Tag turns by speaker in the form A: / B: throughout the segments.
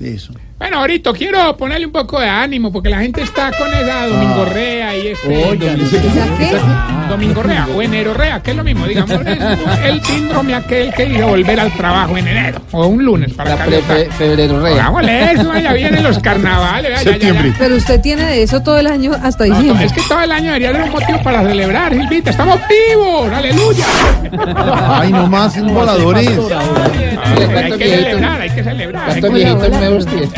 A: Eso.
B: Bueno, ahorita quiero ponerle un poco de ánimo porque la gente está con esa
C: Ah.
B: Domingo Rea y este
A: Oiga,
B: Domingo,
A: dice que
D: ¿Ya qué?
B: Domingo Rea o Enero Rea, que es lo mismo, digamos, es el síndrome aquel que dice volver al trabajo en enero o un lunes para
C: La pre-
B: calentar.
C: fe- febrero rey.
B: Pongámosle eso, ya vienen los carnavales. vea, ya, ya, ya.
A: Septiembre.
D: Pero usted tiene de eso todo el año hasta diciembre.
B: Ah, Es que todo el año debería ser un motivo para celebrar, Silvita. ¡Estamos vivos! ¡Aleluya!
A: Ay, nomás en voladores.
C: Ah, le
B: hay
C: cuento
B: que
C: que esto-
B: celebrar, hay que celebrar. hay
C: Tanto
B: que-
C: viejito nuevos tíos.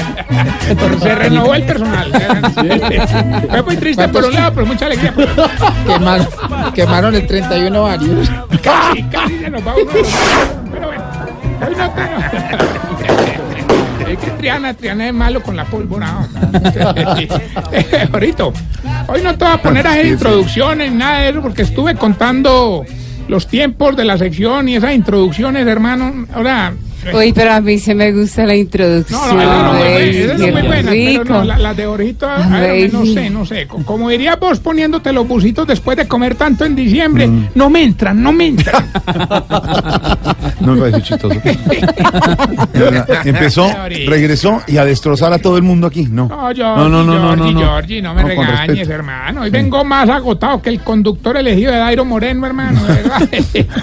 B: Se renovó el personal. Fue muy triste por un lado, pero mucha alegría por otro.
C: Quemaron, quemaron el 31 varios.
B: Casi, casi se nos va uno. de los dos. Pero bueno, hoy no tengo. Es que Triana, Triana es malo con la pólvora. hombre. Eh, Jorito, hoy no te voy a poner a hacer introducciones, nada de eso, porque estuve contando los tiempos de la sección y esas introducciones, hermano. Ahora.
D: Uy, pero a mí se me gusta la
B: No,
D: introducción.
B: no, esa no,
D: ay,
B: fue- esa no
D: qué
B: fue buena, pero no,
D: rico.
B: la, la de Orejito, a ver,
D: Ay,
B: no
D: sí.
B: sé, no sé. co- Como dirías vos poniéndote los busitos después de comer tanto en diciembre, no me entran, no me entran.
A: No lo decir chistoso. De verdad, Empezó, regresó y a destrozar a todo el mundo aquí. No,
B: No, Georgie,
A: no, no, no, no, no,
B: Georgie,
A: no.
B: Georgie, no me
A: con
B: regañes,
A: respeto.
B: hermano. Hoy vengo más agotado que el conductor elegido de Dairo Moreno, hermano, de verdad.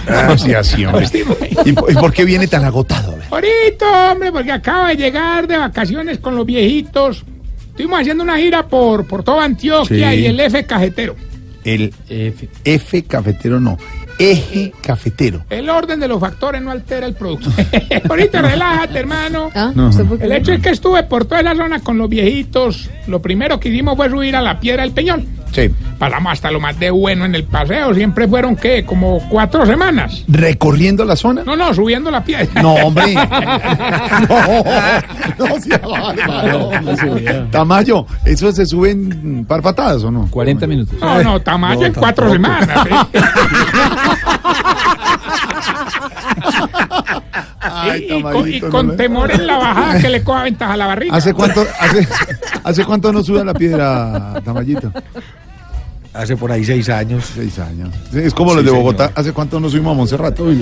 A: Ah, sí, así, hombre.
B: Hostia,
A: ¿Y, por- y por qué viene tan agotado? A ver.
B: Ahorita, hombre, porque acaba de llegar de vacaciones con los viejitos. Estuvimos haciendo una gira por, por toda Antioquia
A: Sí.
B: y el F Cajetero.
A: El F cafetero no, eje cafetero.
B: El orden de los factores no altera el producto. Ahorita relájate, hermano.
D: Ah, ¿usted por qué?
B: El hecho es que estuve por toda la zona con los viejitos. Lo primero que hicimos fue subir a la piedra del Peñón.
A: Sí.
B: Paramos hasta lo más de bueno en el paseo. Siempre fueron, ¿qué? Como cuatro semanas.
A: ¿Recorriendo la zona?
B: No, no, subiendo la piedra.
A: No, hombre. No, no sea bárbaro. Tamayo, ¿eso se suben par patadas o no?
C: 40 minutos.
B: No, no, Tamayo en cuatro semanas. ¿eh?
A: Ay,
B: y, y con, y
A: Tamayito, no Ah,
B: con
A: le-
B: temor en la bajada que le coja ventaja a la barriga.
A: ¿Hace cuánto, hace, hace cuánto no sube a la piedra, Tamayito?
E: Hace por ahí seis años.
A: Seis años. Sí, Es como los de Bogotá. ¿Hace cuánto no subimos a Montserrat?
C: pues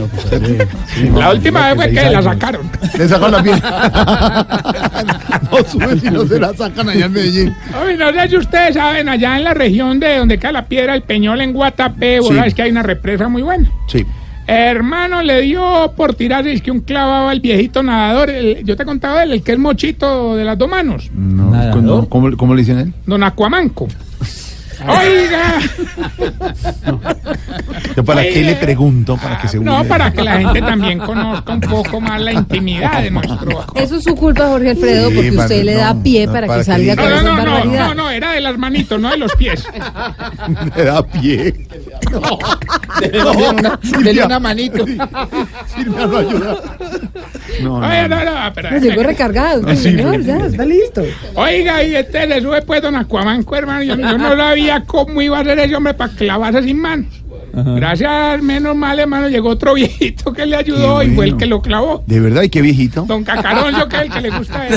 B: la última vez fue que la sacaron.
A: Le sacan la piedra. No suben y no se la sacan allá en Medellín.
B: Ay, no sé si ustedes saben, allá en la región de donde cae la piedra del Peñol en Guatapé, vos
A: Sí.
B: sabes que hay una represa muy buena.
A: Sí.
B: Hermano, le dio por tirar es que un clavado al viejito nadador. el- yo te contaba él, el que es mochito de las dos manos,
A: No, ¿cómo, cómo- cómo le dicen a él?
B: don Acuamanco. Oiga,
A: Yo, ¿Para
B: Oye.
A: qué le pregunto? Para que se
B: Pues, eh, no,
A: burle.
B: para que la gente también conozca un poco más la intimidad de nuestro.
D: Eso es su culpa, Jorge Alfredo,
A: Sí,
D: porque
A: para-
D: usted le da
A: no,
D: pie
A: no,
D: para,
A: para
D: que
A: que
D: salga
A: diga-
B: No,
D: con
B: no,
D: esa
B: no, no,
D: barbaridad.
B: no, no, era de las manitos, no de los pies.
A: Le da pie. No.
C: Dele una, dele una manito.
A: Silvia lo ayuda. No,
B: Oiga,
A: no, no.
B: no, no, pero-
D: Pues Llegó recargado, usted,
A: sí,
D: señor,
A: sí.
D: ya, está listo.
B: Oiga, y este le sube pues don Acuamanco, hermano. Yo, yo no sabía cómo iba a ser ese hombre para clavarse sin manos. Gracias, menos mal, hermano, llegó otro viejito que le ayudó
A: Qué
B: y fue el
A: bueno.
B: que lo clavó.
A: De verdad, y qué viejito.
B: Don Cacarón, yo que es el que le gusta a él.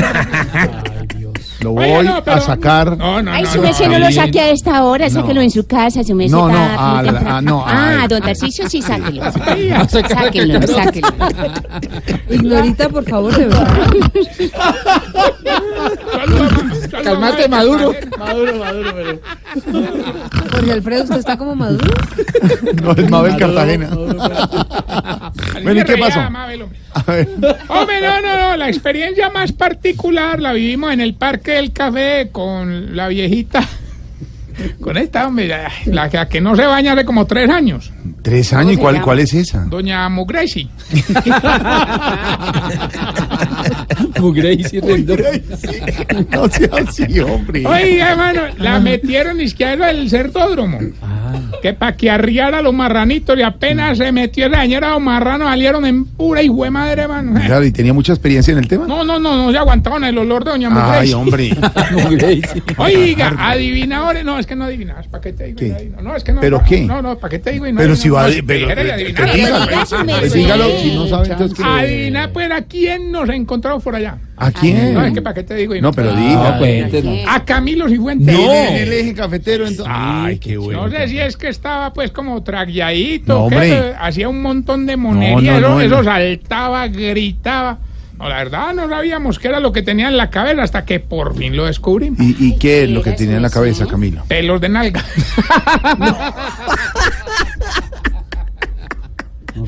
A: Lo
B: Oiga,
A: voy
B: no, pero-
A: a sacar.
B: No, no,
F: Ay,
B: no,
F: su
B: no.
F: merced no, lo saque a esta hora, sáquelo en su casa, su merced.
A: No, no,
F: está muy
A: al-
F: temprano.
A: ah, no,
F: Ah,
A: al-
F: don Tarcicio sí, sáquelo.
B: Ay,
F: Sáquelo, sáquelo.
D: Ignorita, por favor, de verdad.
B: saluda, saluda, madre,
C: Calmate, Maduro.
D: Jorge Alfredo, ¿usted está como maduro?
A: No, es Mabel Cartagena.
B: Así
A: Bueno, ¿y
B: se
A: qué
B: reía,
A: pasó?
B: Mabel, hombre.
A: A ver.
B: Hombre, no, no, no, la experiencia más particular la vivimos en el Parque del Café con la viejita, con esta, hombre, la, la que- la que no se baña hace como tres años,
A: Tres años, ¿y
F: se
A: cuál,
F: llama?
A: cuál es esa?
B: doña Mugresi.
C: Mugre y sí, rendón.
A: No sea así, hombre. Ah.
B: Oiga, hermano, la metieron izquierda del certódromo. que para que arriara los marranitos y apenas se metió el dañera los marranos salieron en pura y madre, hermano.
A: Claro, y tenía mucha experiencia en el tema.
B: No, no, no, no se aguantaban el olor de doña Mujer.
A: Ay, hombre.
C: Mugreisi.
B: Oiga, adivinadores, no, es que no adivinas, ¿para qué te digo? y no adivino? No, es que no.
A: ¿Pero
B: no,
A: qué?
B: No, no, ¿para qué te digo? y no
A: Pero
B: adivino?
A: si va
B: No,
A: de- pero-
B: espera, y
A: pero-
B: adivinar.
A: pero diga,
B: Adivinar,
F: su
A: Pues
F: merced.
A: dígalo, si no sabe, entonces que-
B: Adivinar, pues, a quién nos encontramos por allá.
A: ¿A quién?
B: No, es que ¿para qué te digo? y
A: Eh. No, pero
C: No,
A: diga.
C: cuéntenos.
B: A Camilo Cifuentes.
A: En el eje cafetero, entonces. Ay, qué
B: No sé si es que estaba pues como tragueadito,
A: No,
B: que
A: hombre.
B: eh, hacía un montón de monería,
A: No, no, no,
B: eso,
A: no.
B: eso saltaba, gritaba. No, la verdad no sabíamos qué era lo que tenía en la cabeza hasta que por fin lo descubrimos.
A: ¿Y, y qué es lo que tenía en la cabeza, Camilo?
B: Pelos de nalga.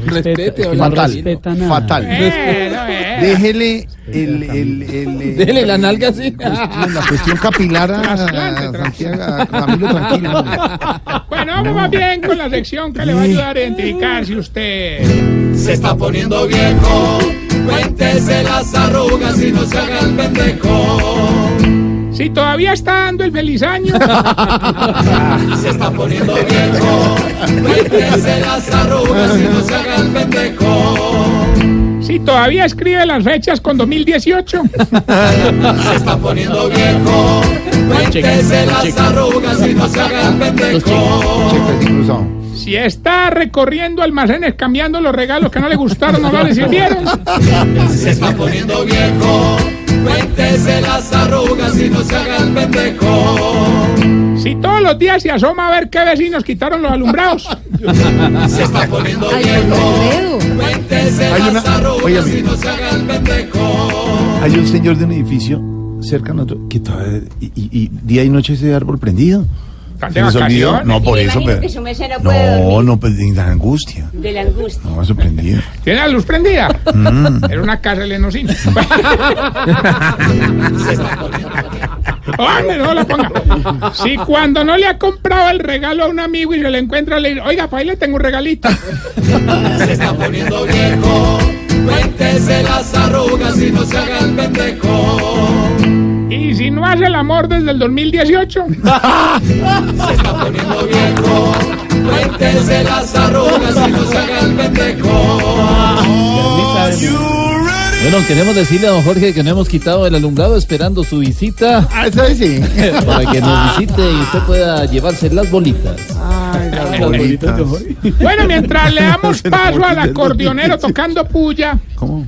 C: Respete, hola,
A: Fatal.
C: Rosita.
A: Fatal.
B: Eh, no, eh.
A: Déjele el. el, el, el-
C: Dele la nalga así.
A: La cuestión capilar a,
B: Trasplante,
A: a
B: trasplante.
A: Santiago, a Camilo, tranquilo. hombre.
B: Bueno, vamos más bien con la sección que le va a ayudar a identificar si usted...
G: Se está poniendo viejo. Cuéntese las arrugas y no se haga el pendejo.
B: Si todavía está dando el feliz año.
G: Se está poniendo viejo. Cuéntese las arrugas y no se haga el pendejo.
B: si todavía escribe las fechas con 2018.
G: Se está poniendo viejo. Cuéntese las arrugas y no se haga el pendejo.
A: Checa el cruzado.
B: si está recorriendo almacenes cambiando los regalos que no le gustaron o no le sirvieron.
G: Se está poniendo viejo. Cuéntese las arrugas y no se haga el pendejo.
B: Si todos los días se asoma a ver qué vecinos quitaron los alumbrados.
G: Se está poniendo
D: Ay,
G: viejo.
D: Alfredo.
G: Cuéntese
A: Hay
G: las
A: una-
G: arrugas
A: óigame.
G: y no se haga el pendejo.
A: Hay un señor de un edificio cerca a nosotros que todavía- y, y- y día y noche ese árbol prendido.
B: Están
A: ¿Se
B: de
A: les olvidó?
B: vacaciones.
A: No, por eso, pero. No, no, pues de la angustia.
F: De la angustia.
A: No, eso prendido.
B: Tiene la luz prendida. Era una casa de lenocina. Hombre, no la ponga. Si cuando no le ha comprado el regalo a un amigo y se le encuentra, le dice, oiga, para ahí le tengo un regalito.
G: Se está poniendo viejo. Cuéntese las arrugas y no se haga el pendejo.
B: Y si no hace el amor desde el 2018.
G: Se está poniendo viejo. Cuéntese las arrugas y no se haga el pendejo.
C: Bueno, queremos decirle a don Jorge que no hemos quitado el alumbrado esperando su visita
A: Ah, eso sí.
C: para que nos visite y usted pueda llevarse las bolitas.
B: Bueno, mientras le damos paso al acordeonero tocando puya,
A: ¿Cómo?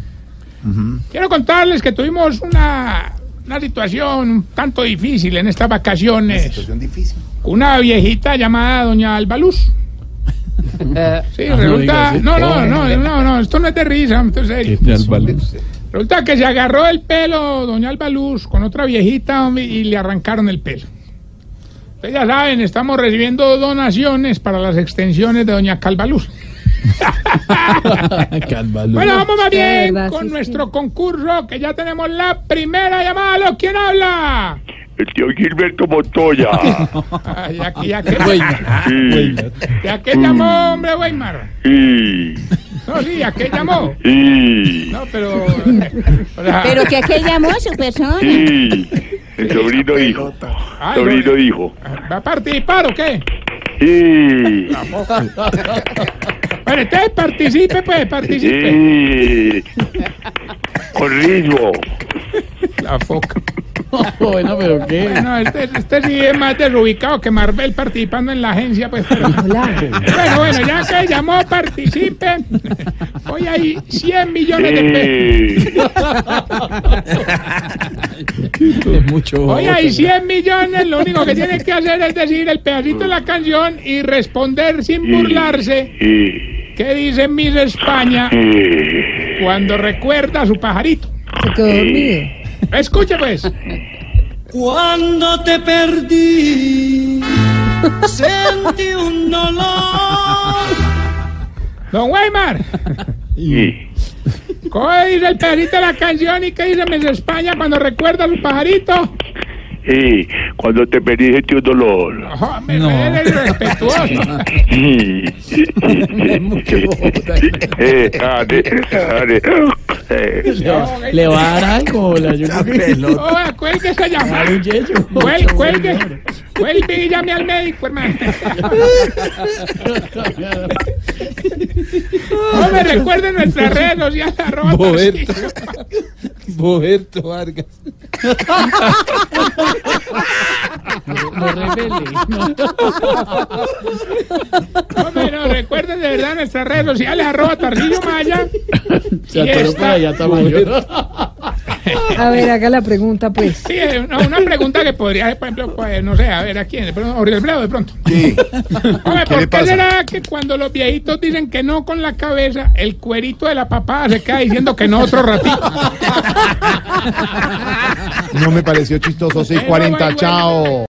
B: quiero contarles que tuvimos una, una situación un tanto difícil en estas vacaciones.
A: Situación difícil.
B: Una viejita llamada Doña Albaluz.
C: Eh,
B: Sí, resulta. No, no, no, no, no, esto no es de risa, esto es serio. Resulta que se agarró el pelo Doña Albaluz con otra viejita hombre, y le arrancaron el pelo. Ustedes ya saben, estamos recibiendo donaciones para las extensiones de Doña Calvaluz.
C: Calvaluz.
B: Bueno, vamos más
D: Sí, de
B: bien
D: verdad,
B: con
D: sí,
B: nuestro concurso, que ya tenemos la primera llamada. ¿Aló? ¿Quién habla?
H: El tío Gilberto Montoya.
B: Ay, ya, que- ya que,
C: Weimar.
H: y,
B: ya que llamó, hombre, Weimar.
H: y,
B: No, sí, ya que llamó.
H: y,
B: No, pero... o sea,
F: Pero que aquel llamó su persona.
H: y. El sobrino hijo.
B: ay, no,
H: Sobrino hijo.
B: ¿Va a participar o qué?
H: Y,
B: Bueno, entonces participe, pues, participe.
H: y. Con ritmo.
B: La foca.
C: Bueno, pero qué.
B: Bueno, este, este sí es más desubicado que Marvel participando en la agencia, pues. pero- Bueno, bueno, ya que llamó, participe. Hoy hay 100 millones de pesos.
H: Y.
C: Es mucho.
B: Hoy hay 100 millones, lo único que tiene que hacer es decir el pedacito de la canción y responder sin burlarse
H: Y.
B: qué dice Miss España
H: Y.
B: cuando recuerda a su pajarito.
D: Se quedó dormido.
B: Escuche pues.
G: Cuando te perdí, sentí un dolor.
B: Don Weimar,
H: Y.
B: ¿cómo dice el pedacito de la canción y qué dice Miss España cuando recuerda a su pajarito?
H: Y. Cuando te perdí, sentí un dolor.
B: Oh, me
C: No.
B: me eres irrespetuoso.
H: Y.
C: Es mucho.
H: Eh, ade- ade- Sí.
I: Le va a dar algo, la yo creo que-
B: Oh, cuélguese ya.
I: Dar un yeyo.
B: Cuel, cuelgue. Cuelgue y llame al médico, hermano. No me recuerden nuestras redes sociales. arroba
C: Boberto.
B: Tarcisio.
C: Boberto Vargas.
I: No revele.
B: Hombre, no, recuerden de verdad nuestras redes sociales, arroba Tarcillo Maya.
I: Se atoró por allá, Tamayo.
D: A ver, haga la pregunta, pues.
B: Sí, eh, no, una pregunta que podría, por ejemplo, pues, no sé, a ver, ¿a quién? De pronto, Oriol Bravo, de pronto.
A: Sí.
B: Hombre,
A: ¿Qué
B: ¿por
A: le
B: qué
A: pasa?
B: será que cuando los viejitos dicen que no con la cabeza, el cuerito de la papada se queda diciendo que no otro ratito?
A: No me pareció chistoso. 640, chao.